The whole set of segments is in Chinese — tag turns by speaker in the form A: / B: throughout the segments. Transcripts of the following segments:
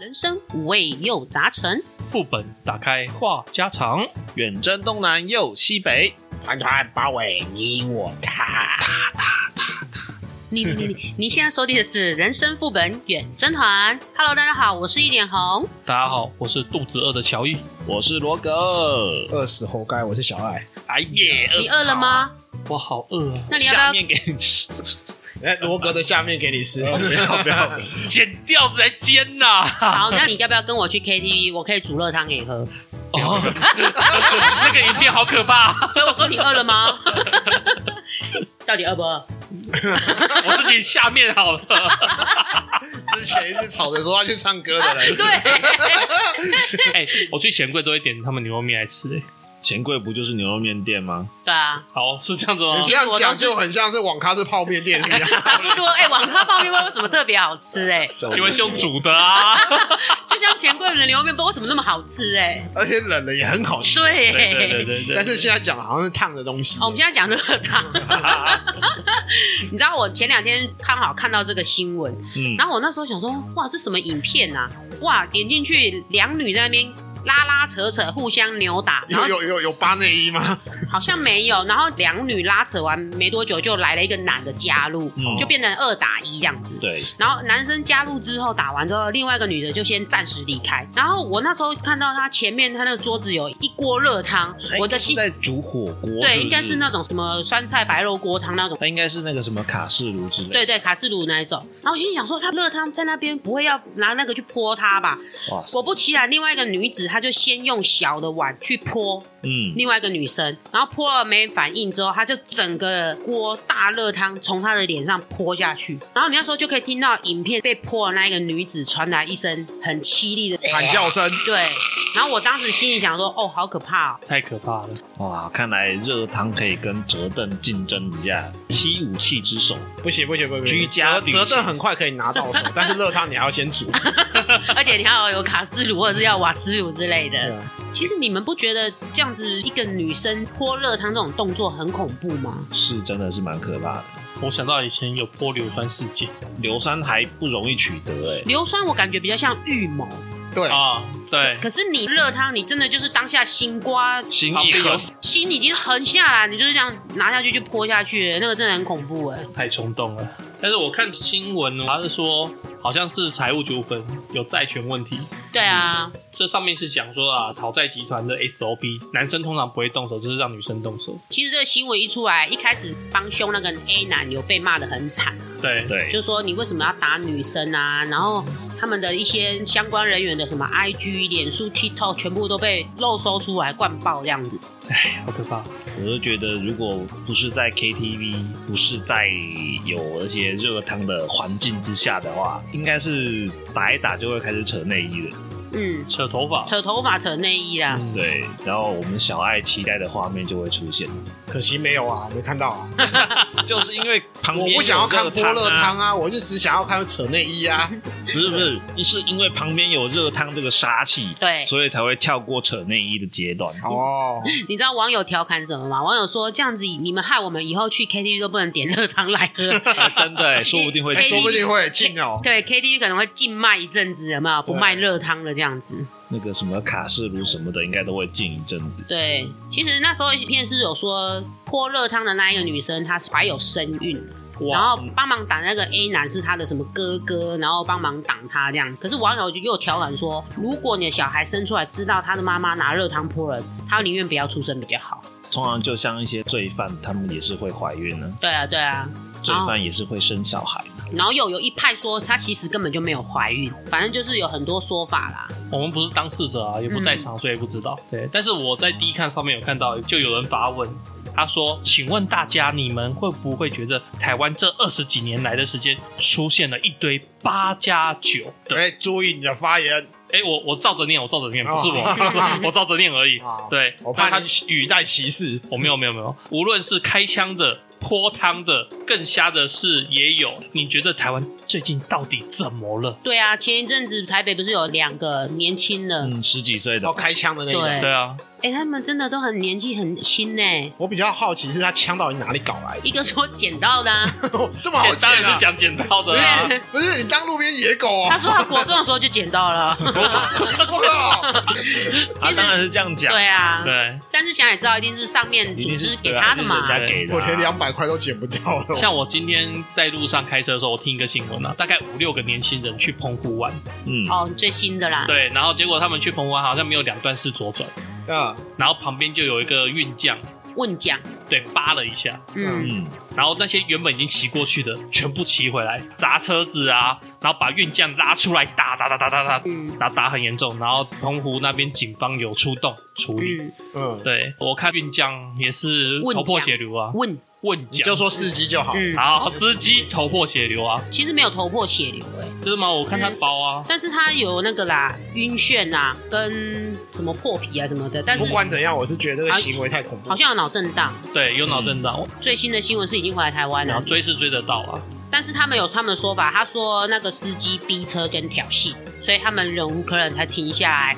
A: 人生五味又杂陈，
B: 副本打开话家常，
C: 远征东南又西北，
D: 团团包围你我他。
A: 你你 你你现在收听的是《人生副本远征团》。Hello，大家好，我是一点红。
B: 大家好，我是肚子饿的乔伊。
C: 我是罗格。
E: 饿死活该，我是小爱。
C: 哎耶，
A: 你饿了？吗？
B: 我好饿啊！
A: 那你要不
C: 下
A: 要？
C: 面给你吃，
E: 哎，罗格的下面给你吃，
B: 哦
C: 不要不要，剪掉再 煎呐！
A: 好，啊那你要不要跟我去 KTV？我可以煮热汤给你喝。
B: 哦，
C: 那个影片好可怕，
A: 所以 我说你饿了吗？ 到底饿不饿？
C: 我自己下面 好了。
E: 之前一直吵着说要去唱歌 的人，
A: 对，
B: 哎，我去钱柜都会点他们牛肉面来吃。哎，
C: 钱柜不就是牛肉面店吗？
A: 对啊，
B: 好，是这样子哦吗
E: 你这？样讲就很像是网咖是泡面店一 样。
A: 差不多。哎、网咖泡面包为什么特别好吃、哎，
C: 因为是用煮的啊。
A: 就像钱柜的牛肉面包为什么那么好吃、哎，
E: 而且冷了也很好吃。
A: 对。
C: 对对对对对。
E: 但 是现在讲的好像是烫的东西。
A: 哦，我们现在讲热汤，你知道我前两天刚好看到这个新闻，
C: 嗯，
A: 然后我那时候想说，哇，这什么影片啊？哇，点进去两女在那边拉拉扯扯，互相扭打，然
E: 有
A: 后
E: 有有有扒内衣吗？
A: 好像没有，然后两女拉扯完没多久，就来了一个男的加入，
C: 嗯
A: 就变成二打一这样子。
C: 对，
A: 然后男生加入之后打完之后，另外一个女的就先暂时离开。然后我那时候看到他前面他那个桌子有一锅热汤，
C: 哎
A: 我的心
C: 在煮火锅，
A: 对应该是那种什么酸菜白肉锅汤那种。
C: 他应该是那个什么卡式炉之类。
A: 对，对，卡式炉那一种。然后我心想说，他热汤在那边不会要拿那个去泼他吧？
C: 哇塞，
A: 果不其然，另外一个女子她就先用小的碗去泼
C: 嗯，
A: 另外一个女生，然后泼了没反应之后，她就整个锅大热汤从她的脸上泼下去，然后你那时候就可以听到影片被泼的那一个女子传来一声很凄厉的
D: 哎
A: 哎
E: 喊叫声，
A: 对，啊然后我当时心里想说，哦，好可怕、哦，
B: 太可怕了！
C: 哇，看来热汤可以跟折凳竞争一下，七武器之首。
E: 不行不行不行，
C: 居家旅行
E: 折折凳很快可以拿到手， 但是热汤你还要先煮。
A: 而且你还哦要有卡式炉或者是要瓦斯炉之类
E: 对
A: 的。哎
E: 啊
A: 其实你们不觉得这样子一个女生泼热汤这种动作很恐怖吗？
C: 是真的是蛮可怕的。
B: 我想到以前有泼硫酸事件
C: 硫酸还不容易取得哎、
A: 硫酸我感觉比较像预谋，
E: 对，
B: 啊，对，
A: 可是你热汤你真的就是当下心瓜
C: 心
B: 旁
C: 一
B: 边有
C: 狠，
A: 心已经横下来，你就是这样拿下去就泼下去，那个真的很恐怖哎、
B: 太冲动了。但是我看新闻哦呢，他是说好像是财务纠纷，有债权问题。
A: 对啊，
B: 这上面是讲说啊，讨债集团的 SOP，男生通常不会动手，就是让女生动手。
A: 其实这个新闻一出来，一开始帮凶那个 A 男有被骂的很惨，
B: 对，
C: 对，
A: 就说你为什么要打女生啊？然后他们的一些相关人员的什么 IG、脸书、TikTok 全部都被漏搜出来灌爆这样子。
B: 好可怕。
C: 我就觉得如果不是在 KTV，不是在有那些热汤的环境之下的话，应该是打一打就会开始扯内衣了。
A: 嗯，
B: 扯头发，
A: 扯头发、扯内衣啦。
B: 嗯，
C: 对，然后我们小爱期待的画面就会出现，
E: 可惜没有啊，没看到啊。
C: 就是因为旁边
E: 我不想要看
C: 有
E: 波热汤啊，我就只想要看扯内衣啊。
C: 不是不是，是因为旁边有热汤这个杀气，
A: 对，
C: 所以才会跳过扯内衣的阶段。
A: 啊
E: 哦，
A: 你知道网友调侃什么吗？网友说这样子，你们害我们以后去 KTV 都不能点热汤来喝。
C: 啊真的欸，说不定会
E: 哎、
A: KTV
E: 说不定会进哦。
A: 对，KTV 可能会禁卖一阵子，有没有？不
E: 对
A: 卖热汤了这样子。
C: 那个什么卡式炉什么的，应该都会静一阵子。
A: 对，其实那时候影片是有说泼热汤的那一个女生，她是怀有身孕，然后帮忙挡那个 A 男是她的什么哥哥，然后帮忙挡他这样。可是网友就又调侃说，如果你的小孩生出来知道他的妈妈拿热汤泼人，他宁愿不要出生比较好。
C: 通常就像一些罪犯，他们也是会怀孕呢、
A: 对啊，对啊。
C: 罪犯也是会生小孩的。
A: 然后又有一派说，她其实根本就没有怀孕，反正就是有很多说法啦。
B: 我们不是当事者啊，也不在
E: 嗯
B: 场，所以不知道。对，但是我在 D 看上面有看到，就有人发问，他说：“请问大家，你们会不会觉得台湾这二十几年来的时间出现了一堆八加九的
E: 哎、注意你的发言，？”
B: 哎、我我照着念，我照着念，不是我，
E: 哦
B: 我 照着念而已。
E: 啊
B: 对，
E: 我怕
B: 那
E: 他语带歧视。
B: 哦我没有没有没有，无论是开枪的、泼汤的，更瞎的事也有。你觉得台湾最近到底怎么了？
A: 对啊，前一阵子台北不是有两个年轻的，
C: 嗯，十几岁的
D: 要，开枪的那
A: 对
D: 个。
B: 对啊，
A: 哎、他们真的都很年纪很轻呢、
D: 我比较好奇是他枪到底哪里搞来哎的？
A: 一个说捡到的、 啊，
E: 哦这么好见
B: 当然是
E: 啊！
B: 讲捡到
E: 不
B: 的啦。
E: 是不是，你当路边野狗
A: 他
E: 啊？
A: 说他国中的时候就捡到 了。
E: 我靠！
B: 啊
C: 他当然是这样讲，
A: 对啊，
B: 对，
A: 但是想也知道，一定是上面
C: 一
A: 组
C: 定
A: 织
C: 是
A: 给他的嘛。
C: 对啊一定是人家给的
E: 我
C: 啊，
E: 连两百块都捡不到了。
B: 像我今天在路上开车的时候，我听一个新闻啊，大概五六个年轻人去澎湖玩，
C: 嗯，
A: 哦，最新的啦。
B: 对，然后结果他们去澎湖玩好像没有两段式左转，
E: 啊，
B: 然后旁边就有一个运将，
A: 问讲，
B: 对，扒了一下，
A: 嗯，
C: 嗯，
B: 然后那些原本已经骑过去的全部骑回来，砸车子啊，然后把运将拉出来打打打打打打，
A: 嗯
B: 打打很严重，然后澎湖那边警方有出动处理。
A: 嗯，
E: 嗯，
B: 对我看运将也是
A: 问
B: 头破
A: 将
B: 血流啊，
A: 问，
B: 问
D: 你
B: 将
D: 就说司机就好。
A: 嗯，
B: 好司机头破血流啊，
A: 其实没有头破血流哎、
B: 真的吗？我看他包啊，
A: 但是他有那个啦，晕眩啊，跟什么破皮啊什么的，但是
D: 不管怎样，我是觉得
E: 啊
D: 这个行为太恐怖
A: 好。像有脑震荡。
B: 对，有脑震荡，
A: 最新的新闻是已经回来台湾
B: 然
A: 了
B: 后，追是追得到啊，
A: 但是他们有他们的说法，他说那个司机逼车跟挑衅，所以他们忍无可忍才停下来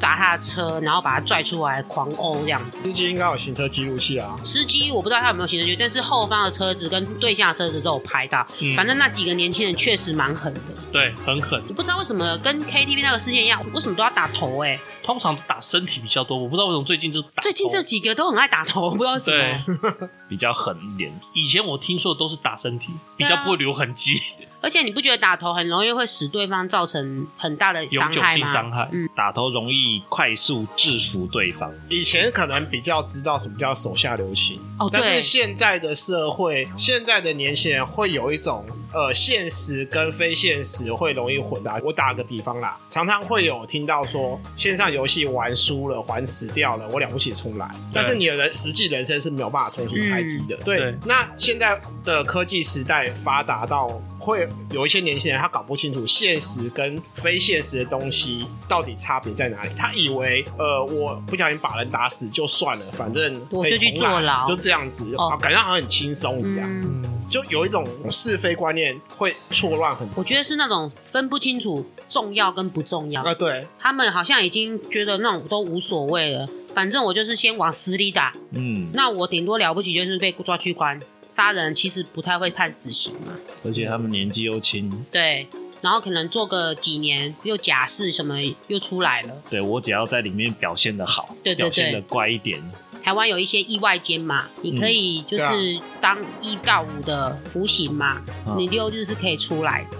A: 砸他的车，然后把他拽出来狂殴这样子。
D: 司机应该有行车记录器啊。
A: 司机我不知道他有没有行车记录，但是后方的车子跟对向的车子都有拍到，
B: 嗯，
A: 反正那几个年轻人确实蛮狠的。
B: 对，很狠。
A: 我不知道为什么跟 KTV 那个事件一样，为什么都要打头哎、
B: 通常打身体比较多，我不知道为什么最近就打头。
A: 最近这几个都很爱打头，不知道为什
B: 对
A: 么。，
C: 比较狠一点，
B: 以前我听说的都是打身体，比
A: 对啊
B: 较不会留痕迹，
A: 而且你不觉得打头很容易会使对方造成很大的
B: 永
A: 伤
B: 久
A: 害嗯
B: 性
A: 吗？
B: 伤害。
C: 打头容易快速制服对方，
D: 以前可能比较知道什么叫手下留情，
A: 哦，
D: 但
A: 对
D: 是，现在的社会，现在的年轻人会有一种呃，现实跟非现实会容易混搭。我打个比方啦，常常会有听到说线上游戏玩输了、玩死掉了，我了不起重来，但是你的人实际人生是没有办法重新开机
A: 嗯
D: 的。对，
B: 对
D: 那现在的科技时代发达到。会有一些年轻人，他搞不清楚现实跟非现实的东西到底差别在哪里。他以为，呃，我不小心把人打死就算了，反正
A: 我
D: 可以
A: 就去
D: 重来
A: 坐牢
D: 就这样子，
A: 哦
D: 啊，感觉好像很轻松一样，
A: 嗯。
B: 嗯，
D: 就有一种是非观念会错乱很多。
A: 我觉得是那种分不清楚重要跟不重要，
D: 啊，对，
A: 他们好像已经觉得那种都无所谓了，反正我就是先往死里打，
C: 嗯，
A: 那我顶多了不起就是被抓去关，杀人其实不太会判死刑嘛，
C: 而且他们年纪又轻，
A: 对，然后可能做个几年又假释什么又出来了。
C: 对我只要在里面表现的好，
A: 对对
C: 表现
A: 对
C: 的乖一点，
A: 台湾有一些意外监嘛，你可以就
E: 对
A: 是当一到五的服刑嘛，
C: 啊
A: 你六日是可以出来的，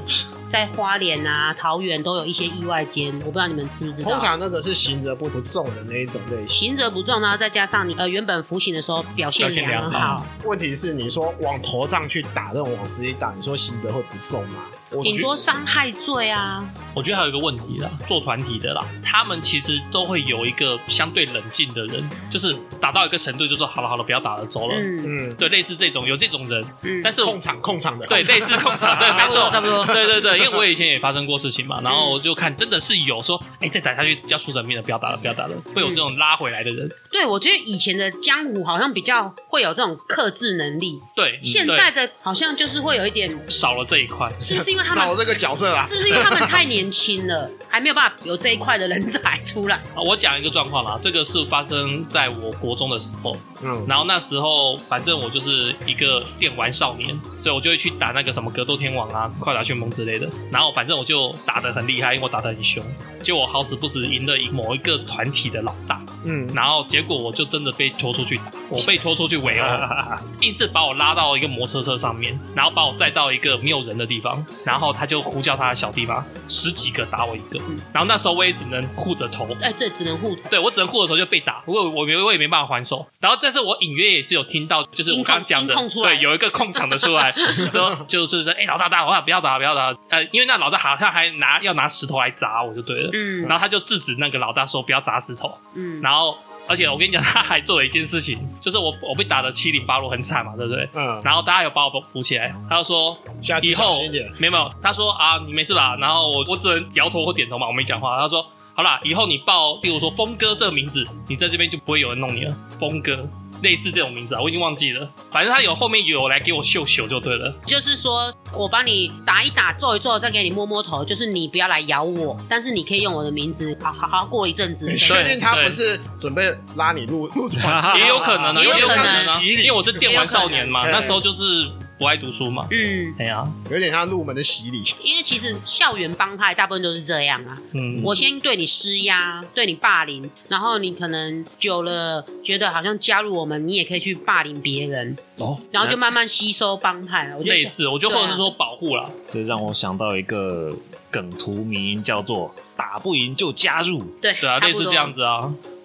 A: 在花莲啊、桃园都有一些意外监，我不知道你们知不知道。
D: 通常那个是行者不服众的那一种类型。
A: 行者不重，然后再加上你呃原本服刑的时候表现
B: 表现
A: 良
B: 良
A: 好，
D: 问题是，你说往头上去打，这种往死里打，你说行者会不重吗？我
A: 顶
D: 觉
A: 多伤害罪啊，
B: 我觉得还有一个问题啦，做团体的啦，他们其实都会有一个相对冷静的人，就是打到一个程度就说好了好了，不要打了，走了。
A: 嗯
D: 嗯，
B: 对，类似这种有这种人，
A: 嗯，
B: 哦但
A: 是
B: 是
D: 控场控场的，
B: 对类似控场，对，
A: 差
B: 没
A: 不多
B: 错，
A: 差不多，
B: 对对对，因为我以前也发生过事情嘛，然后我就看真的是有说，哎、再打下去要出人命了，不要打了，不要打了，会有这种拉回来的人。
A: 对我觉得以前的江湖好像比较会有这种克制能力，
B: 对，
A: 嗯现
B: 嗯对
A: 在的好像就是会有一点，
B: 少了这一块。
A: 是不是因为他
E: 少
A: 们？
E: 这个角色啊！
A: 是不是因为他们太年轻了，还没有办法有这一块的人才出来？
B: 啊我讲一个状况啦，这个是发生在我国中的时候，
D: 嗯，
B: 然后那时候反正我就是一个电玩少年，所以我就会去打那个什么格斗天王啊、快打旋风之类的。然后反正我就打得很厉害，因为我打得很凶，结果我好死不死赢了某一个团体的老大，
D: 嗯，
B: 然后结果我就真的被拖出去打，我被拖出去围殴， 硬是把我拉到一个摩托车上面，然后把我载到一个没有人的地方，然后他就呼叫他的小弟嘛，十几个打我一个，
A: 嗯
B: 然后那时候我也只能护着头，
A: 哎，对，只能互捅。
B: 对我只能护着头就被打，我我没我也没办法还手。然后，但是我隐约也是有听到，就是我刚刚讲的
A: 音控音控，出来
B: 对，有一个控场的出 来，说就是说，哎、老大大，我不要打，不要打，呃，因为那老大好像还拿要拿石头来砸我就对了。
A: 嗯
B: 然后他就制止那个老大说不要砸石头，
A: 嗯，
B: 然后而且我跟你讲，他还做了一件事情，就是我我被打的七零八落，很惨嘛，对不对？
D: 嗯，
B: 然后大家有把我扶起来，他就说
D: 下次
B: 以
D: 小
B: 后
D: 心一点。
B: 没有没有，他说啊，你没事吧？然后我我只能摇头或点头嘛，我没讲话。他说好啦，以后你报，例如说峰哥这个名字，你在这边就不会有人弄你了。峰哥，类似这种名字啊，我已经忘记了。反正他有后面有来给我秀秀就对 了。
A: 就是说我帮你打一打、揍一揍，再给你摸摸头，就是你不要来咬我，但是你可以用我的名字好好好过一阵子。
D: 你
A: 这样
D: 确定他不是准备拉你入 入团？
B: 也有可能啊，
A: 也有
B: 有
A: 可能
B: 啊，因为我是电玩少年 嘛，
D: 也有可能
B: 那时候就是不爱读书嘛。
A: 嗯，
B: 哎呀，
D: 有点像入门的洗礼。
A: 因为其实校园帮派大部分都是这样啊。
B: 嗯，
A: 我先对你施压，对你霸凌，然后你可能久了觉得好像加入我们，你也可以去霸凌别人，
C: 哦，
A: 然后就慢慢吸收帮派了。我觉
B: 嗯类
A: 得
B: 似，我就或者是说保护啦。
C: 这让我想到一个梗图名叫做“打不赢就加入
A: 对
B: 对啊，
A: 差
B: 类
A: 不
B: 似
A: 多
B: 这样子啊。”。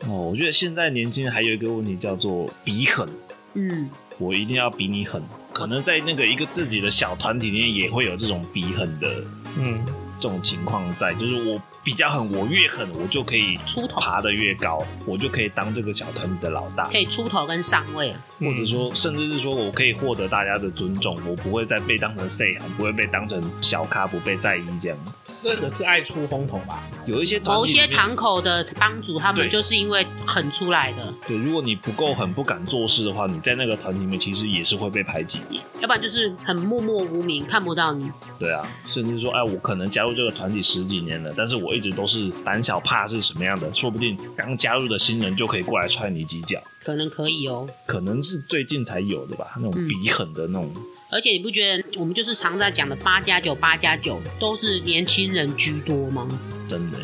C: 哦，我觉得现在年轻人还有一个问题叫做比狠，
A: 嗯，
C: 我一定要比你狠。可能在那个一个自己的小团体里面也会有这种比狠的
B: 嗯，
C: 这种情况在，就是我比较狠，我越狠，我就可以
A: 出头
C: 爬得越高，我就可以当这个小团体的老大
A: 可。以出头跟上位啊。
B: 或
C: 或者说，甚至是说我可以获得大家的尊重，我不会再被当成 say 行，不会被当成小咖，不被在意这样。
D: 这个是爱出风头吧？
C: 有一些团体
A: 某些
C: 里面
A: 堂口的帮主，他们
C: 对
A: 就是因为狠出来的，
C: 对，如果你不够狠、不敢做事的话，你在那个团体里面其实也是会被排挤的。
A: 要不然就是很默默无名，看不到你。
C: 对啊，甚至说，哎，我可能加入这个团体十几年了，但是我一直都是胆小怕是什么样的，说不定刚加入的新人就可以过来踹你几脚，
A: 可能可以哦。
C: 可能是最近才有的吧，那种
A: 嗯
C: 比狠的那种。
A: 而且你不觉得我们就是常在讲的八加九、八加九都是年轻人居多吗？
C: 真的，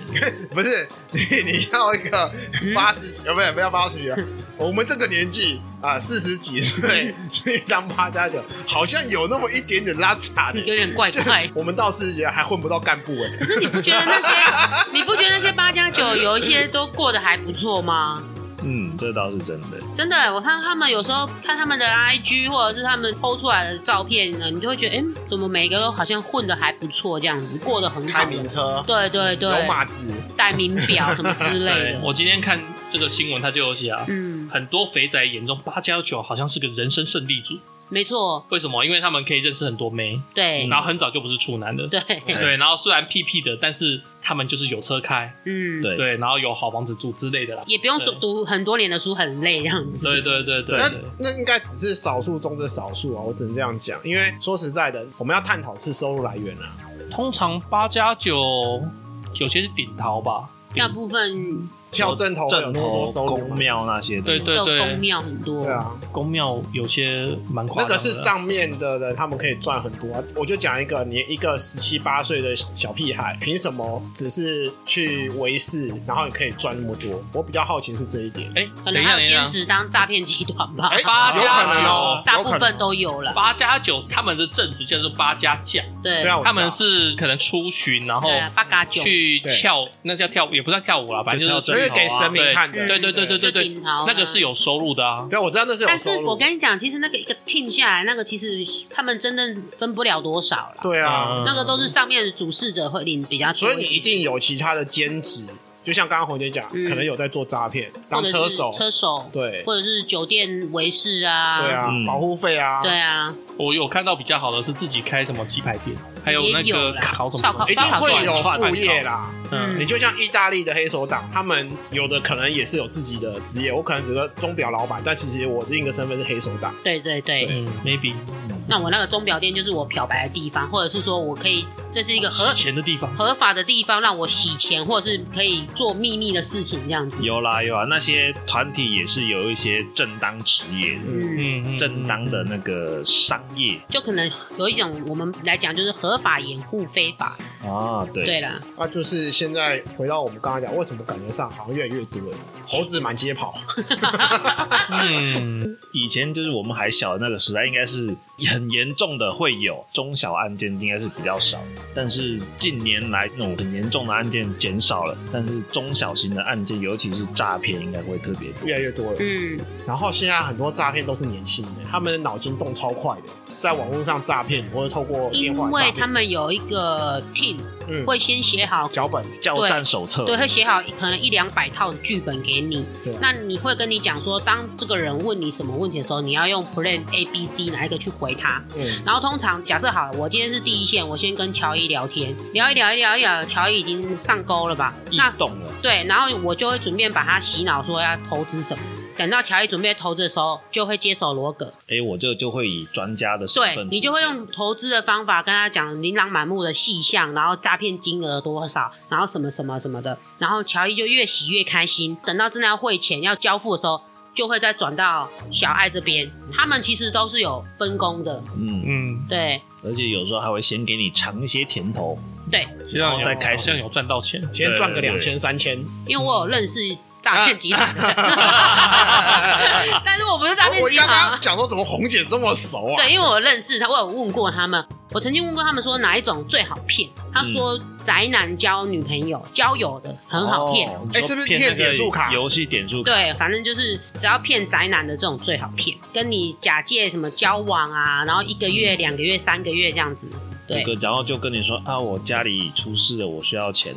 D: 不是，你你要一个
A: 嗯
D: 八十几，呃不是不要八十几啊，我们这个年纪啊，四十几岁去当八加九，好像有那么一点点拉差的。。
A: 有点怪怪
D: 我们倒是也还混不到干部哎、
A: 可是你不觉得那些，你不觉得那些八加九有一些都过得还不错吗？
C: 嗯，这倒是真的。
A: 真的，我看他们有时候看他们的 IG 或者是他们 PO 出来的照片呢，你就会觉得，哎、怎么每个都好像混得还不错，这样子过得很好
D: 开。名车，
A: 对对
D: 有
A: 对，
D: 马子，
A: 戴名表什么之类
B: 对
A: 的。
B: 我今天看这个新闻，他就有写啊，
A: 嗯，
B: 很多肥仔眼中八加九好像是个人生胜利组，
A: 没错，
B: 为什么？因为他们可以认识很多妹，
A: 对
B: 然后很早就不是处男了。
A: 对，
B: 对，然后虽然屁屁的，但是他们就是有车开，
A: 嗯，
C: 对
B: 对，然后有好房子住之类的啦。
A: 也不用说
B: 对
A: 读很多年的书，很累这样子。
B: 对对对对
D: 那
B: 对
D: 那应该只是少数中的少数啊，我只能这样讲。因为说实在的，我们要探讨是收入来源啊，
B: 通常八加九有些是顶桃吧，
A: 大部分
D: 跳正头会有
C: 正
D: 那么多
C: 头、
D: 收入
C: 公
D: 吗？
C: 庙那些的，
B: 对对
A: 都公庙很多，
D: 对啊，
B: 公庙有些蛮夸
D: 那
B: 张的
D: 个是上面的人，他们可以赚很多、啊。我就讲一个，你一个十七八岁的小屁孩，凭什么只是去维世，然后你可以赚那么多？我比较好奇是这一点。
B: 哎，
A: 可
B: 等
A: 能
B: 一下
A: 还
B: 等
A: 有
B: 一
A: 兼
B: 下，
A: 职当诈骗集团吧，
D: 哎
B: 八
D: 有可
B: 加
D: 能
B: 九。
D: 哦
A: 大部
D: 有可
A: 分
D: 能
A: 都有了。
B: 八加九，他们的正职叫做八加酱，
A: 对
D: 对，啊，我知道
B: 他们是可能出巡，然后
A: 对啊八嘎九
B: 去
D: 对
B: 跳，那叫跳舞，也不算跳舞啦，反正就是啊
C: 就
D: 那
C: 跳
D: 是
C: 正头
D: 给神明看的。
A: 嗯
B: 对对对对对
A: 就顶桃啊
B: 那个是有收入的啊。
D: 对，我知道那是有
A: 但是
D: 收入。
A: 我跟你讲，其实那个一个 team 下来，那个其实他们真正分不了多少啦。
D: 对啊，
B: 嗯
A: 那个都是上面的主事者会领比较多
D: 所以你一定有其他的兼职，就像刚刚红姐讲，
A: 嗯
D: 可能有在做诈骗，
A: 或
D: 当
A: 者是
D: 车手，
A: 车手，
D: 对
A: 或者是酒店维士啊，
D: 对啊，
C: 嗯
D: 保护费啊，
A: 对啊，
B: 我有看到比较好的是自己开什么鸡排店，还有那
A: 也有
B: 个
A: 啦
B: 烤什
A: 烧
B: 么
A: 烤
B: 的，
D: 一定会有
A: 啊
B: 串串
D: 副业啦。
A: 嗯
D: 你就像意大利的黑手党，他们有的可能也是有自己的职业，我可能只是钟表老板，但其实我另一个身份是黑手党。
A: 对对对。
B: 嗯，maybe
A: 那我那个钟表店就是我漂白的地方，或者是说我可以，这是一
D: 哦
A: 个合
B: 洗钱的地方。
A: 合法的地方，让我洗钱，或者是可以做秘密的事情这样子。
C: 有啦有啊，那些团体也是有一些正当职业的，
A: 嗯，
B: 嗯，嗯
C: 正当的那个商业
A: 就可能有一种我们来讲就是合法掩护非法，
C: 啊，对
A: 对啦，
D: 那就是现在回到我们刚刚讲，为什么感觉上好像越来越多了？猴子满街跑，
B: 嗯，
C: 以前就是我们还小的那个时代，应该是很严重的会有中小案件，应该是比较少。但是近年来那种很严重的案件减少了，但是中小型的案件，尤其是诈骗，应该会特别多。
D: 越来越多了。
A: 嗯，
D: 然后现在很多诈骗都是年轻人，他们的脑筋动超快的，在网络上诈骗或者透过电
A: 因
D: 话诈
A: 为
D: 骗
A: 他们有一个 team
D: 嗯
A: 会先写好，
D: 脚本
C: 教战手册，
A: 对，会写好可能一两百套剧本给你
D: 对，
A: 那你会跟你讲说，当这个人问你什么问题的时候，你要用 plan A B C 哪一个去回他。
D: 嗯，
A: 然后通常假设好了，我今天是第一线，我先跟乔伊聊天，聊一聊一聊一聊，乔伊已经上钩了吧？
C: 易
A: 那
C: 动了，
A: 对，然后我就会顺便把他洗脑，说要投资什么。等到乔伊准备投资的时候，就会接手罗格。
C: 哎、我就就会以专家的身
A: 对
C: 份，
A: 你就会用投资的方法跟他讲琳琅满目的细项，然后诈骗金额多少，然后什么什么什么的，然后乔伊就越洗越开心。等到真的要汇钱要交付的时候，就会再转到小爱这边。他们其实都是有分工的，
C: 嗯，
B: 嗯，
A: 对
C: 而且有时候还会先给你尝一些甜头，
A: 对，
B: 先让
C: 然后再开始
B: 像有赚到钱，
D: 先赚个
C: 对对
D: 两
C: 对
D: 千三千，
A: 因为我有认识诈骗集团 的人，但是我不是诈
E: 我
D: 哦
A: 骗
E: 我
A: 集
E: 刚
A: 团
E: 刚。讲说怎么红姐这么熟啊？
A: 啊对，因为我认识他，我有问过他们，我曾经问过他们说哪一种最好骗，他说宅男交女朋友、交友的很好骗，
C: 嗯哦。
E: 哎、是不是骗点数卡？
C: 游戏点数卡
A: 对，反正就是只要骗宅男的这种最好骗，跟你假借什么交往啊，然后一个月、两个月、三个月这样子，对
C: 这嗯个，然后就跟你说啊，我家里出事了，我需要钱，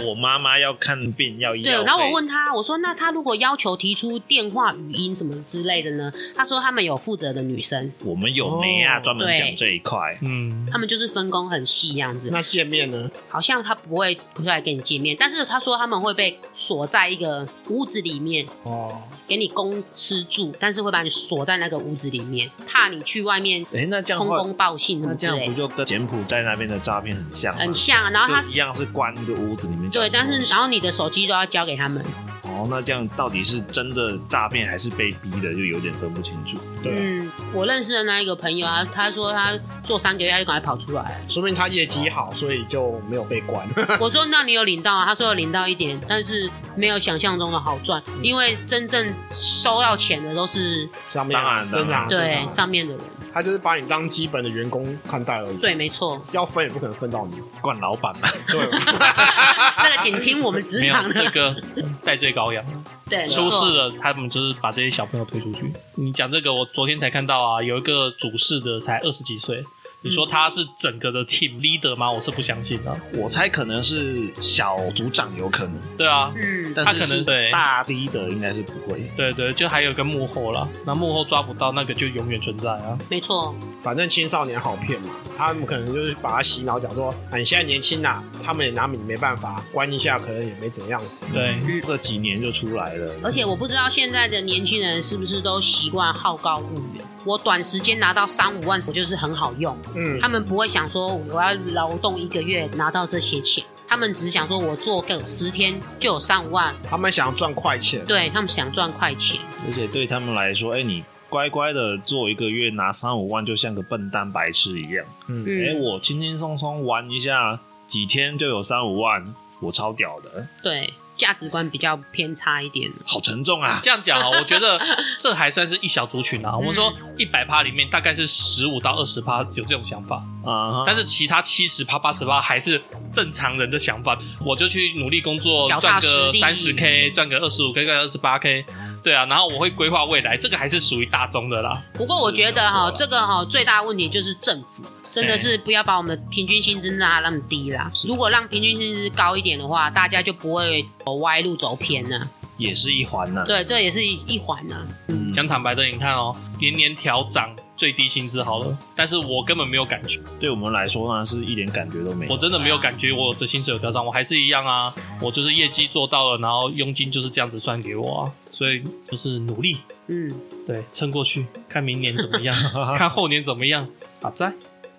C: 我我妈妈要看病要医
A: 对
C: 药，
A: 然后我
C: 费
A: 问他，我说那他如果要求提出电话、语音什么之类的呢？他说他们有负责的女生，
C: 我们有媒啊，
B: 哦
C: 专门
A: 对
C: 讲这一块。
B: 嗯，
A: 他们就是分工很细这样子。
C: 嗯
D: 那见面呢？
A: 好像他不会出来跟你见面，但是他说他们会被锁在一个屋子里面，
D: 哦，
A: 给你供吃住，但是会把你锁在那个屋子里面，怕你去外面
C: 哎，那这样
A: 通
C: 话，
A: 风报信什
C: 那
A: 么
C: 这
A: 之
C: 样
A: 类
C: 不
A: 的，
C: 就跟柬埔寨那边的诈骗很像吗？
A: 很像啊。然后他
C: 就一样是关一个屋子里面。
A: 对，但是然后你的手机都要交给他们，
C: 哦，那这样到底是真的诈骗还是被逼的，就有点分不清楚。
D: 对，
A: 嗯，我认识的那一个朋友啊，他说他做三个月他就赶快跑出来。
D: 说明他业绩好，所以就没有被关。
A: 我说那你有领到啊？他说有领到一点，但是没有想象中的好赚，因为真正收到钱的都是
D: 上面啊
C: 当然
D: 正常，
A: 对
D: 正常
A: 上面的人。
D: 他就是把你当基本的员工看待而已。
A: 对，，没错，
D: 要分也不可能分到你。
C: 惯老板嘛，
D: 对，啊
A: 这个请听我们职
B: 没有
A: 场
B: 这
A: 的，
B: 个戴罪羔羊。
A: 对，没
B: 出
A: 错
B: 事了，他们就是把这些小朋友推出去。你讲这个，我昨天才看到啊，有一个主事的才二十几岁，你说他是整个的 team leader 吗？我是不相信的。
C: 我猜可能是小组长有可能，
B: 对啊，
A: 嗯，
C: 但
B: 他
C: 是
B: 可能
C: 是
B: 对
C: 大 D 的应该是不会。
B: 对对，就还有一个幕后啦，那幕后抓不到那个就永远存在啊。
A: 没错，
D: 反正青少年好骗嘛，他们可能就是把他洗脑，讲说，啊，你现在年轻啦、他们也拿你没办法，关一下可能也没怎样。
B: 对，
A: 嗯
C: 这几年就出来了，
A: 而且我不知道现在的年轻人是不是都习惯好高骛远。我短时间拿到三五万，我就是很好用。
D: 嗯
A: 他，们不会想说我要劳动一个月拿到这些钱，他们只想说我做个十天就有三五万，
D: 他们想赚快钱，
A: 对他们想赚快钱。
C: 而且对他们来说，哎、你乖乖的做一个月拿三五万，就像个笨蛋白痴一样。
D: 嗯，
C: 哎、
A: 嗯，
C: 我轻轻松松玩一下，几天就有三五万，我超屌的，
A: 对，价值观比较偏差一点。
C: 好沉重啊！
B: 这样讲啊，我觉得这还算是一小族群啊。我们说一百趴里面大概是十五到二十趴有这种想法，
C: 啊、
B: 但是其他七十趴、八十
A: 嗯
B: 趴还是正常人的想法。我就去努力工作
A: 脚，踏
B: 赚
A: 实
B: 个
A: 地
B: 三十 K，赚个二十五 K，赚二十八 K，对啊，然后我会规划未来，这个还是属于大众的啦。
A: 不过我觉得哈、
C: 是
A: 这个哈、最大的问题就是政府真的是不要把我们的平均薪资拉那么低啦。如果让平均薪资高一点的话，大家就不会走歪路走偏了。
C: 也是一环呢、啊
A: 对，这也是一一环啊。
C: 嗯
B: 讲坦白的，你看哦，年年调涨最低薪资好了，但是我根本没有感觉，
C: 对我们来说呢，是一点感觉都没有。
B: 我真的没有
A: 啊
B: 感觉我的薪水有调涨，我还是一样啊，我就是业绩做到了，然后佣金就是这样子算给我啊，所以就是努力，
A: 嗯，
B: 对，撑过去，看明年怎么样，看后年怎么样，好在，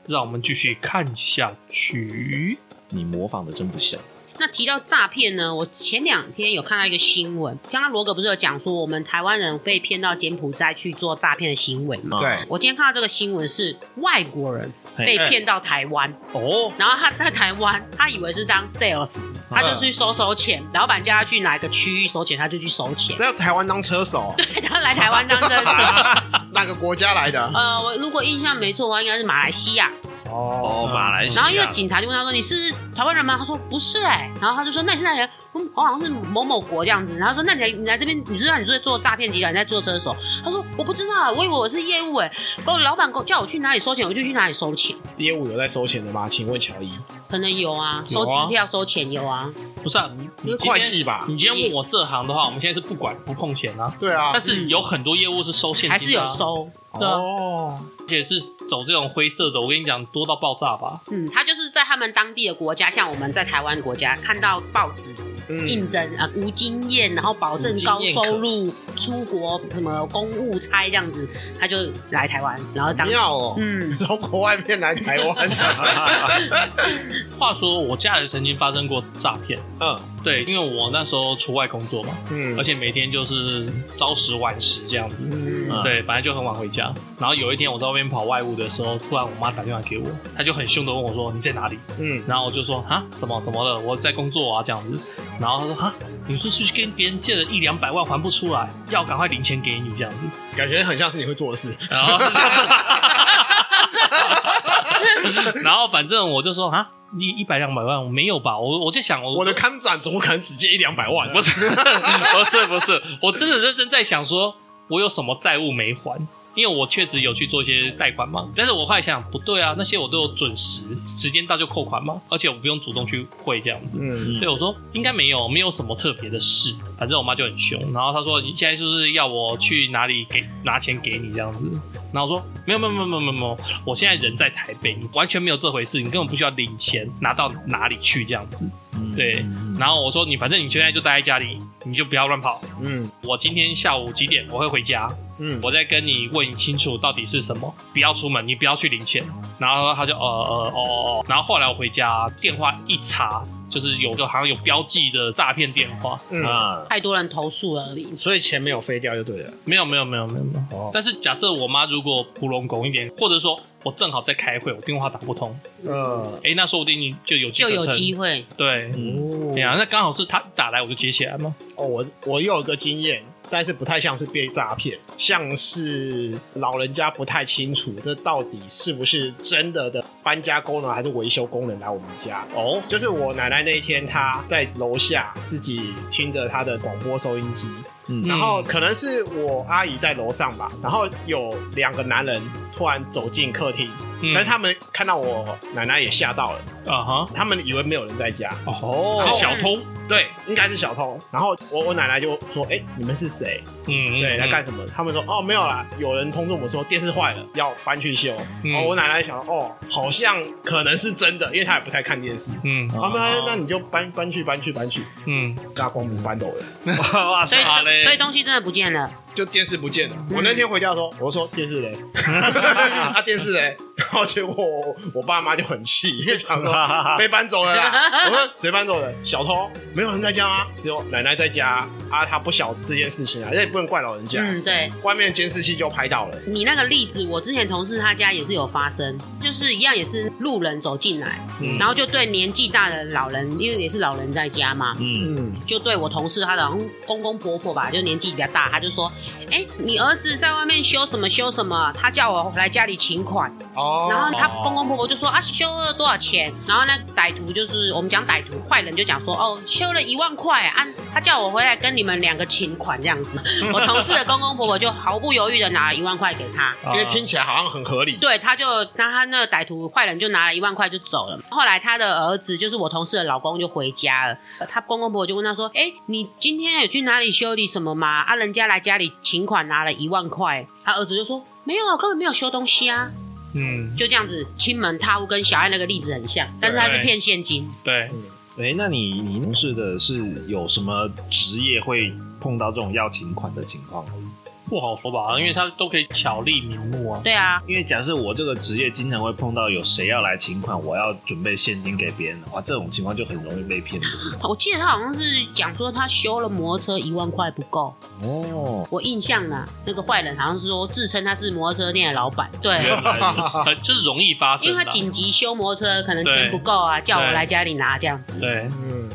B: 让我们继续看下去。
C: 你模仿的真不像，
A: 那提到诈骗呢，我前两天有看到一个新闻，刚刚罗哥不是有讲说我们台湾人被骗到柬埔寨去做诈骗的行为
C: 啊
A: 吗？
E: 对，
A: 我今天看到这个新闻是外国人被骗到台湾，
B: 哦，
A: 然后他在台湾，他以为是当 sales，他就去收收钱，老板叫他去哪个区域收钱，他就去收钱。
D: 在台湾当车手，
A: 对， 他来台湾当真 的。
E: 哪个国家来的？
A: 呃，我如果印象没错的话，应该是马来西亚。
C: 哦，马来西亚，
A: 然后因为警察就问他说：“你是台湾人吗？”他说：“不是哎、然后他就说：“那你现在来，嗯我好像是某某国这样子。”然后说：“那你来，你来这边，你知道你是在做诈骗集团，你在做车手？”他说：“我不知道，啊我以为我是业务哎、跟我老板跟我叫我去哪里收钱，我就去哪里收钱。
D: 业务有在收钱的吗？请问乔伊，
A: 可能有啊，
B: 有
A: 收
B: 啊
A: 支票、收钱有啊。
B: 不是、啊，你
D: 这
B: 你
D: 是
B: 今
D: 会
B: 天
D: 计
A: 嗯
D: 吧？
B: 你今天问我这行的话，我们现在是不管不碰钱啊，
D: 对啊
B: 但，是有很多业务是收现金、啊，
A: 还是有，收。
B: 对啊
D: 哦，
B: 而且是走这种灰色的，我跟你讲，多到爆炸吧。
A: 嗯，他就是在他们当地的国家，像我们在台湾国家看到报纸
D: 嗯
A: 应征啊、无经验，然后保证高收入，出国什么公务差这样子，他就来台湾，然后当
D: 妙哦，
A: 嗯，
D: 从国外面来台湾 啊，
B: 话说我家人曾经发生过诈骗，
D: 嗯
B: 对，因为我那时候出外工作嘛，
D: 嗯
B: 而且每天就是朝十晚十这样子。
D: 嗯
C: 嗯
B: 对，反正就很晚回家。然后有一天我在外面跑外务的时候，突然我妈打电话给我，她就很凶的问我说：“你在哪里？”
D: 嗯
B: 然后我就说啊，什么怎么了？我在工作啊，这样子。然后他说啊，你是不是去跟别人借了一两百万还不出来，要赶快零钱给你这样子。
D: 感觉很像是你会做的事，
B: 然后， 然后反正我就说啊，你一百两百万我没有吧？我我就想我
D: 我的看展怎么可能只借一两百万？
B: 不是不是 不是，我真的认真在想说，我有什么债务没还？因为我确实有去做一些贷款嘛，但是我后来想想不对啊，那些我都有准时，时间到就扣款嘛，而且我不用主动去汇这样子。
D: 嗯
B: 对，我说应该没有，没有什么特别的事。反正我妈就很凶，然后她说你现在就是要我去哪里给拿钱给你这样子。然后我说没有没有没有没有没有没有，我现在人在台北，你完全没有这回事，你根本不需要领钱拿到哪里去这样子。
C: 嗯
B: 对然后我说你反正你现在就待在家里，你就不要乱跑。
D: 嗯
B: 我今天下午几点我会回家，
D: 嗯，
B: 我再跟你问清楚到底是什么，不要出门，你不要去领钱。然后他就呃呃哦哦，哦然后后来我回家电话一查，就是有个好像有标记的诈骗电话，
D: 嗯
C: 啊，
A: 太多人投诉了而已。
D: 所以钱没有飞掉就对了。
B: 没有没有没有没有没有。
D: 哦，
B: 但是假设我妈如果普龙拱一点，或者说我正好在开会，我电话打不通，
D: 呃，
B: 哎，那说不定你就有机
A: 就
B: 可
A: 有
B: 乘
A: 机会，
B: 对。
C: 嗯
B: 对啊，那刚好是他打来，我就接起来嘛。
D: 哦，我我又有个经验，但是不太像是被诈骗，像是老人家不太清楚这到底是不是真的的搬家工人还是维修工人来我们家。
B: 哦，
D: 就是我奶奶那一天，她在楼下自己听着她的广播收音机，
C: 嗯
D: 然后可能是我阿姨在楼上吧，然后有两个男人突然走进客厅，
B: 嗯
D: 但是他们看到我奶奶也吓到了，
B: 啊哈，
D: 他们以为没有人在家，
B: 哦
D: 然后
B: 小偷，
D: 对，应该是小偷。然后我我奶奶就说：“哎、你们是谁？
B: 嗯，
D: 对，来
B: 嗯
D: 干什么？”他们说：“哦，没有啦，有人通知我们说电视坏了，要搬去修。
B: 嗯
D: 然后我奶奶想：“哦，好像可能是真的，因为她也不太看电视。”
B: 嗯
D: 他们、哎那你就搬搬去搬去搬去，
B: 嗯，
D: 大光明搬走了，
B: 哇
A: 所以
B: 好
A: 所以东西真的不见了。
D: 就电视不见了。我那天回家说，我说 电视嘞，啊电视嘞，然后结果我我爸妈就很气，因 为想说被搬走了啦。我说谁搬走了？小偷？没有人在家吗？只有奶奶在家啊，她不晓这件事情啊，这也不能怪老人家。
A: 嗯，对
D: 外面监视器就拍到了，
A: 你那个例子，我之前同事他家也是有发生，就是一样也是路人走进来，
B: 嗯
A: 然后就对年纪大的老人，因为也是老人在家嘛，
C: 嗯
D: 嗯，
A: 就对我同事他的好像公公婆婆吧，就年纪比较大，他就说：“哎、你儿子在外面修什么修什么，他叫我来家里请款。”
D: 哦
A: 然后他公公婆婆就说啊，修了多少钱？然后那歹徒就是我们讲歹徒，坏人就讲说哦，修了一万块啊，他叫我回来跟你们两个请款这样子。我同事的公公婆婆就毫不犹豫的拿了一万块给他，
D: 因为听起来好像很合理，
A: 对，他就那他那个歹徒坏人就拿了一万块就走了。后来他的儿子就是我同事的老公就回家了，呃他公公婆婆就问他说：“哎、你今天有去哪里修理什么吗？啊，人家来家里请款拿了一万块。”他儿子就说：“没有，啊根本没有修东西啊。”
B: 嗯，
A: 就这样子亲门踏户，跟小爱那个例子很像，但是他是骗现金。
B: 对，
C: 哎，那你你同事的是有什么职业会碰到这种要请款的情况？
B: 不好说吧，因为他都可以巧立名目啊。
A: 对啊，
C: 因为假设我这个职业经常会碰到有谁要来请款，我要准备现金给别人的话，这种情况就很容易被骗的。
A: 我记得他好像是讲说他修了摩托车一万块不够，
C: 哦，
A: 我印象啦，那个坏人好像是说自称他是摩托车店的老板， 对。
B: 原来如此呃就是容易发生
A: 因
B: 的
A: 为
B: 啊
A: 他。紧急修摩托车，可能
B: 对
A: 钱不够啊，叫我
B: 对
A: 来家里拿这样子。
B: 对，
D: 嗯，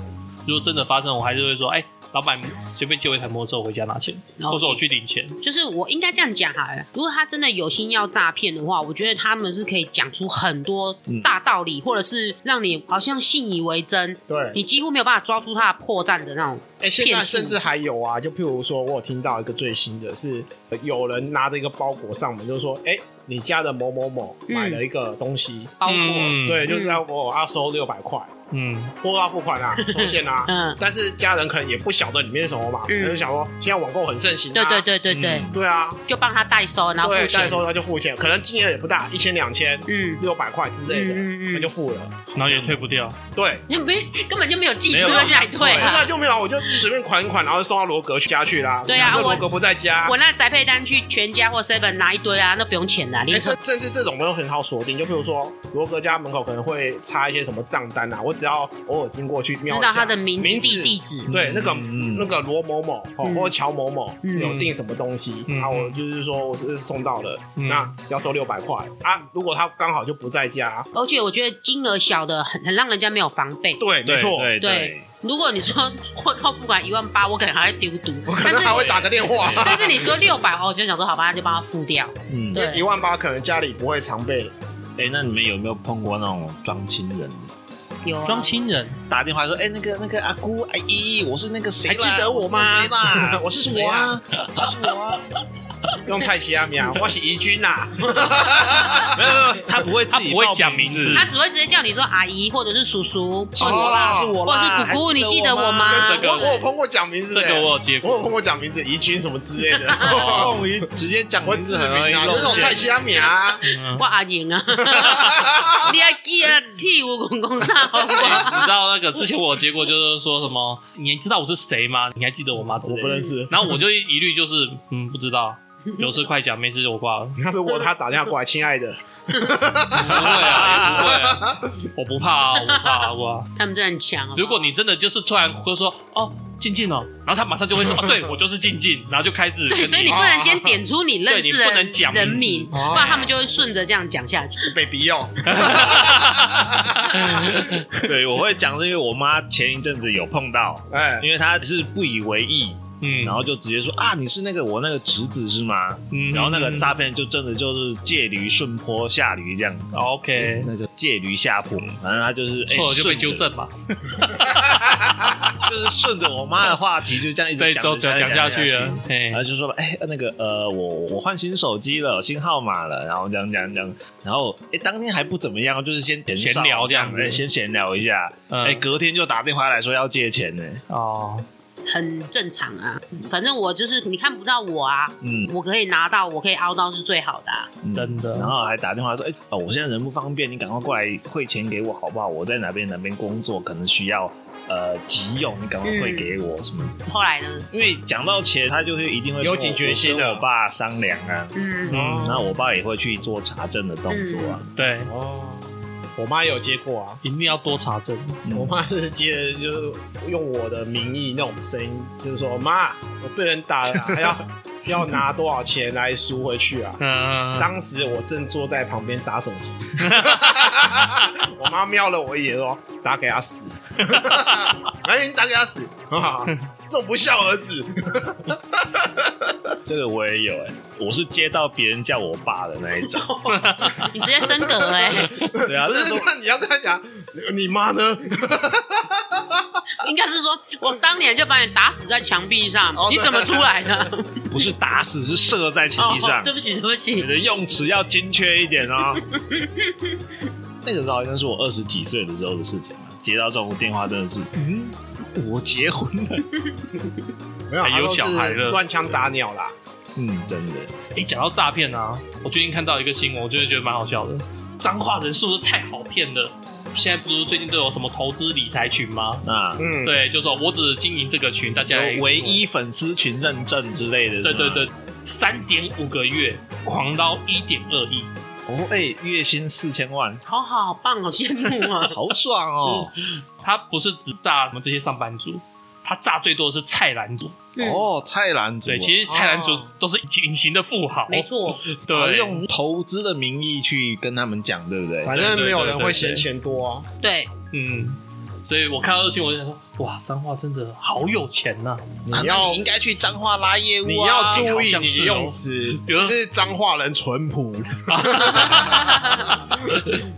B: 如果真的发生，我还是会说，哎，老板随便借我一台摩托车，我回家拿钱，
A: 然后
B: 或者我去领钱。
A: 就是我应该这样讲好了。如果他真的有心要诈骗的话，我觉得他们是可以讲出很多
C: 嗯
A: 大道理，或者是让你好像信以为真，
D: 对。
A: 你几乎没有办法抓住他的破绽的那种。
D: 哎、现在
A: 骗术
D: 甚至还有啊，就譬如说，我有听到一个最新的是，呃有人拿着一个包裹上门，就说：“哎、你家的某某某
A: 嗯
D: 买了一个东西，
A: 包裹，
B: 嗯
D: 对，就是要我要收六百块，
B: 嗯，
D: 货到付款啊，付现啊。
A: 嗯”
D: 但是家人可能也不晓得里面是什么收嘛，
A: 嗯
D: 我就想说现在网购很盛行、啊，
A: 对对对对对，
D: 对啊，
A: 就帮他代收，然后
D: 对
A: 付
D: 代
A: 钱。
D: 收他就付钱，可能金额也不大，一千两千
A: 嗯
D: 六百块之类的，
A: 嗯嗯嗯
D: 他就付了，
B: 然后也退不掉。
D: 对。
A: 你没根本就没有寄
C: 没
A: 出
C: 有
A: 要去哪里退
D: 不是啊，
A: 啊？
D: 就没有啊，我就随便款一款，然后送到罗格家去啦。
A: 对啊
D: 因为
A: 我
D: 罗格不在家，
A: 我那宅配单去全家或 seven 拿一堆啊，那不用钱的、啊，立
D: 哎，
A: 刻
D: 甚甚至这种没有很好锁定，就比如说罗格家门口可能会插一些什么账单啊，我只要偶尔经过去瞄一
A: 知
D: 下
A: 道他的名字、
D: 名
A: 地
D: 字
A: 地址。
D: 对那个
C: 嗯
D: 那个罗某某哦
A: 嗯
D: 或者乔某某
A: 嗯
D: 有订什么东西，
B: 嗯
D: 啊，我就是说我是送到了，
B: 嗯
D: 那要收六百块啊。如果他刚好就不在家，
A: 而且我觉得金额小的很很让人家没有防备。
D: 对，没
C: 对
D: 错，
C: 对
A: 对，如果你说货到不管一万八，我可能还会丢毒，
D: 我可
A: 但
D: 能
A: 是
D: 还会打个电话。
A: 但是你说六百，哦，我就想说好吧，那就帮他付掉。
C: 嗯，
A: 对
D: 一万八可能家里不会常备，
C: 哎、那你们有没有碰过那种装亲人的？
A: 有啊
B: 装亲人，
C: 打电话说，哎、那个那个阿姑阿姨，我是那个谁
A: 哎
C: 啦，
D: 还记得我吗
C: 啊我是谁啦
D: 我是谁啊？
C: 我是我啊，
D: 用菜奇亚米啊，我 是怡君呐。
C: 没有没有没有，他不会自
B: 他
C: 己
B: 不会
C: 报
B: 讲
C: 名
B: 名字
A: 他只会直接叫你说阿姨或者是叔叔，
D: 哦是我啦是
C: 我
A: 或
C: 啦
A: 者哦是姑姑，
C: 还记
A: 你
C: 得
A: 记得我吗？
B: 这
D: 我
B: 个
D: 我有碰过讲名字
B: 这
D: 的，
A: 啊
B: 个我有接
D: 我有碰
B: 过。
D: 过讲名字怡君什么之类的。
B: 哦
C: 凤鱼直接讲
D: 我
C: 名
D: 指
C: 字
D: 名
C: 很容易
D: 啊，这
C: 弄
D: 种菜
C: 见。
D: 奇亚米啊。
B: 嗯
A: 我阿莹 啊，你还记得替我公啊公啥好不
B: 哎
A: 好？
B: 你知道那个之前我有接过，就是说什么，你知道我是谁吗？你还记得我吗？之
D: 我
B: 类
D: 不
B: 的。
D: 认识，
B: 然后我就一律就是，嗯，不知道，有事快讲，没事就挂了。
D: 那如果他打电话过来，亲爱的，
B: 不会啊，也不会啊， 我不怕啊，我不怕啊，我。
A: 他们真的很强哦好不好
B: 如果你真的就是突然会说哦静静哦，然后他马上就会说哦，对我就是静静，然后就开始跟
A: 对，所以你不能先点出你认识
B: 对你
A: 的
B: 不能讲名字
A: 人名，不
D: 哦
A: 然他们就会顺着这样讲下去。
D: 被逼哦用。
C: 对，我会讲是因为我妈前一阵子有碰到，
D: 哎，
C: 因为她是不以为意，
B: 嗯，
C: 然后就直接说啊，你是那个我那个侄子是吗？
B: 嗯
C: 然后那个诈骗就真的就是借驴顺坡下驴这样子。
B: 哦 OK，嗯
C: 那就借驴下坡，反正他就是哎
B: 错了就被
C: 顺着
B: 纠正吧，
C: 就是顺着我妈的话题就这样一直
B: 被
C: 讲啊
B: 周讲讲下去了，嘿
C: 然后就说哎、那个呃，我我换新手机了，新号码了，然后这样这样这样，然后哎、当天还不怎么样，就是先闲
B: 闲聊这样子
C: 哎先闲聊一下，哎、
B: 嗯
C: 隔天就打电话来说要借钱呢、
B: 哦，
A: 很正常啊。反正我就是你看不到我啊，
C: 嗯
A: 我可以拿到，我可以凹到是最好的、啊。
C: 嗯
B: 真的
C: 然后还打电话说，哎、哦，我现在人不方便，你赶快过来汇钱给我好不好？我在哪边哪边工作，可能需要呃急用，你赶快汇给我什么的？
A: 后来呢，
C: 因为讲到钱，他就是一定会
D: 有
C: 跟我
D: 警觉心
C: 我跟
D: 了
C: 我爸商量啊，
A: 嗯，
B: 嗯，
C: 然后我爸也会去做查证的动作啊。
B: 对，
D: 哦，我妈也有接过啊。
B: 一定要多查证，
C: 嗯
D: 我妈是接，就是用我的名义那种声音，就是说妈，我被人打了啊，还要 要拿多少钱来赎回去啊？
B: 嗯，
D: 当时我正坐在旁边打手机，我妈瞄了我一眼说：“打给他死！”哎，你打给他死！啊，这种不孝儿子。
C: 这个我也有哎、我是接到别人叫我爸的那一种，
A: 你直接升格了欸、
C: 对啊，
D: 不
C: 那
D: 是
C: 时候，
D: 那你要跟他讲，你妈呢？
A: 应该是说我当年就把你打死在墙壁上，
D: 哦
A: 你怎么出来的？
C: 不是打死，是射在墙
A: 哦
C: 壁上，
A: 对不起，对不
C: 你
A: 起，
C: 的用词要精确一 点哦。那个时候好像是我二十几岁的时候的事情了，接到这种电话真的是，嗯，我结婚了，
D: 没有，
B: 哎有
D: 他都是
B: 小孩了
D: 乱枪打鸟啦。
C: 嗯，真的，
B: 哎，讲到诈骗啊，我最近看到一个新闻，我真的觉得蛮好笑的，脏话人是不是太好骗了？现在不是最近都有什么投资理财群吗？
C: 那
D: 嗯，
B: 对，就是说我只经营这个群，大家
C: 有啊唯一粉丝群认证之类的，
B: 对哎对
C: 是吗
B: 对，三点五个月狂捞一点二亿，
C: 哦，哎、月薪四千万，
A: 好好好棒，好羡慕啊！
C: 好爽哦！
B: 嗯他不是只炸我们这些上班族，他炸最多的是菜篮族。
A: 嗯，
C: 哦，菜篮子，
B: 对，其实菜篮族都是隐形的富豪，
A: 哦没错，
C: 好
B: 对，
C: 啊用投资的名义去跟他们讲，对不对？
D: 反正没有人会嫌钱多啊。
A: 对，
B: 嗯。所以我看到这新闻，我就想说，哇，彰化真的好有钱呐、
C: 啊
D: 你
C: 那
D: 要
C: 应该去彰化拉业务啊，
D: 你要注意
B: 好像
D: 你
B: 是
D: 的
B: 哦
D: 用词，
B: 有的
D: 是脏话人淳朴。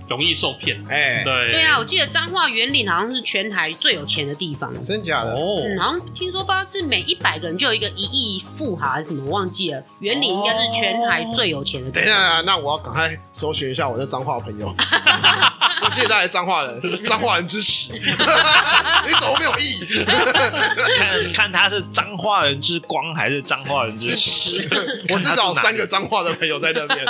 B: 容易受骗。
D: 哎，
B: 对，
A: 对啊，我记得彰化园林好像是全台最有钱的地方。
D: 真假的？
B: 哦，
A: 嗯，好像听说不知道是每一百个人就有一个一亿富豪还是什么，忘记了。园林应该是全台最有钱的
D: 等
A: 地方。
D: 一 下，那我要赶快搜寻一下我的脏话朋友。我记得他还是彰化人，
E: 脏话人之 耻，你怎么没有意义？
C: 看看他是彰化人之光还是彰化人之石。
E: 我至少有三个脏话的朋友在那 边，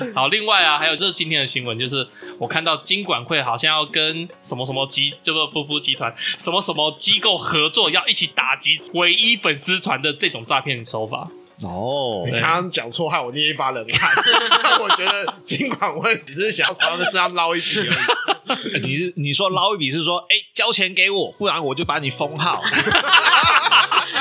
A: 嗯
B: 好，另外啊，还有就是今天的新闻，就是我看到金管会好像要跟什么什么集，就是不夫集团什么什么机构合作，要一起打击唯一粉丝团的这种诈骗手法。
C: 哦，
B: 哎
D: 对
E: 你刚刚讲错，害我捏一把冷 汗。但我觉得尽管我只是想要从他们身上捞一笔而已。
C: 你是你说捞一笔是说，哎、交钱给我，不然我就把你封号。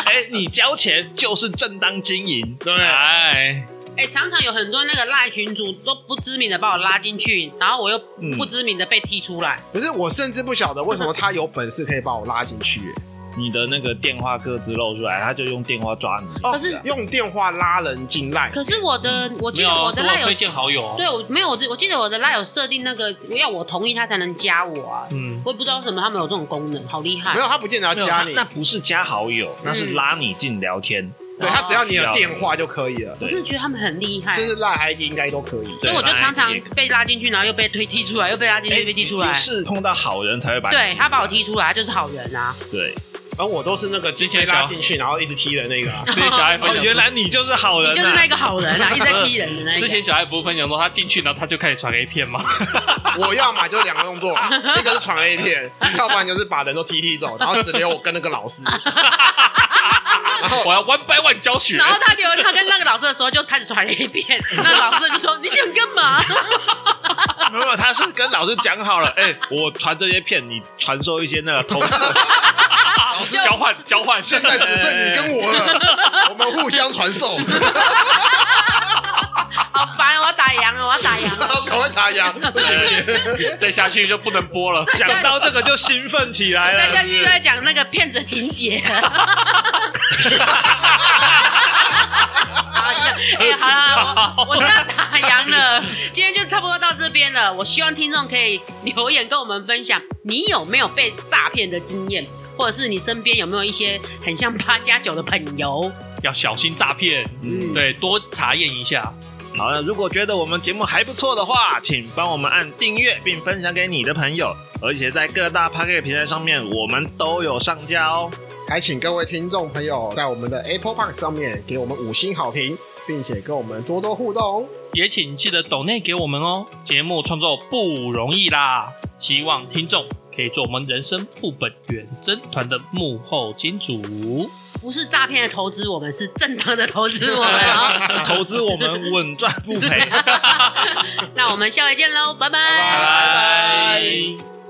C: 哎、你交钱就是正当经营，
E: 对，
B: 哎，
A: 哎、常常有很多那个赖群主都不知名的把我拉进去，然后我又
C: 嗯
A: 不知名的被踢出来。
D: 可是我甚至不晓得为什么他有本事可以把我拉进去。
C: 你的那个电话各自露出来，他就用电话抓你。
D: 哦，
A: 可是
D: 用电话拉人进来，
A: 可是我的，我记
B: 没
A: 得
B: 有
A: 我
B: 啊，
A: 的
B: 多
A: 赖有
B: 推荐好友、哦。
A: 对，我没有，我我记得我的赖有设定那个要我同意他才能加我啊，
B: 嗯，
A: 我也不知道为什么他们有这种功能，好厉害
D: 没。有他不见得要
C: 没有
D: 加
C: 那
D: 你，
C: 那不是加好友，那是拉你进聊天。
D: 对他只要你有电话就可以了，
A: 我真的觉得他们很厉害，
D: 就
A: 所
D: 是赖 ID 应该都可以。
A: 以我就
C: 对
A: 常常
C: 那也可
A: 被拉进去，然后又被推踢出来，又被拉进去、
C: 哎
A: 被踢出来
C: 你。是碰到好人才会把你
A: 对他把我踢出来，他就是好人啊！
C: 对。
D: 而我都是那个直接拉进去，然后一直踢人那个啊。
B: 之前小爱分
C: 哦，
B: 享，
C: 原来你就是好
A: 你
C: 人、啊，
A: 就是那个好人啊，一直在踢人的那一
B: 之
A: 个。
B: 前小爱不是分享说他进去，然后他就开始传 A 片吗？
D: 我要嘛就两个动作，一个是传 A 片， 要不然就是把人都踢踢走，然后只留我跟那个老 师。然后
B: 我要 one by one 教学。
A: 哦然后他留他跟那个老师的时候，就开始传了一遍。那个老师就说：“你想干嘛
C: 没有，他是跟老师讲好了，哎、我传这些片，你传授一些那个投资。
B: 老师交换交 换，
E: 现在只剩你跟我 了，我们互相传授，然？”
A: 好烦，哦我要打烊了，我要打烊了。
E: 后赶快打烊。不行不行
B: 再下去就不能播了。
C: 讲到这个就兴奋起来
A: 再下
C: 了，
A: 去就在讲那个骗子情节。好像哎、好了，我我这样打烊了，今天就差不多到这边了。我希望听众可以留言跟我们分享，你有没有被诈骗的经验，或者是你身边有没有一些很像八加九的朋友？
B: 要小心诈骗，
A: 嗯，
B: 对，多查验一下。
C: 好了，如果觉得我们节目还不错的话，请帮我们按订阅并分享给你的朋友，而且在各大 p o c k e t 平台上面我们都有上架哦。
D: 还请各位听众朋友在我们的 Apple Park 上面给我们五星好评，并且跟我们多多互动哦。
B: 也请记得抖内给我们哦。节目创作不容易啦，希望听众可以做我们人生副本远征团的幕后金主。
A: 不是诈骗的投资我们，是正当的投资我们 哦。
C: 投资我们稳赚不赔。
A: 那我们下回见喽，拜
B: 拜
A: 拜
B: 拜。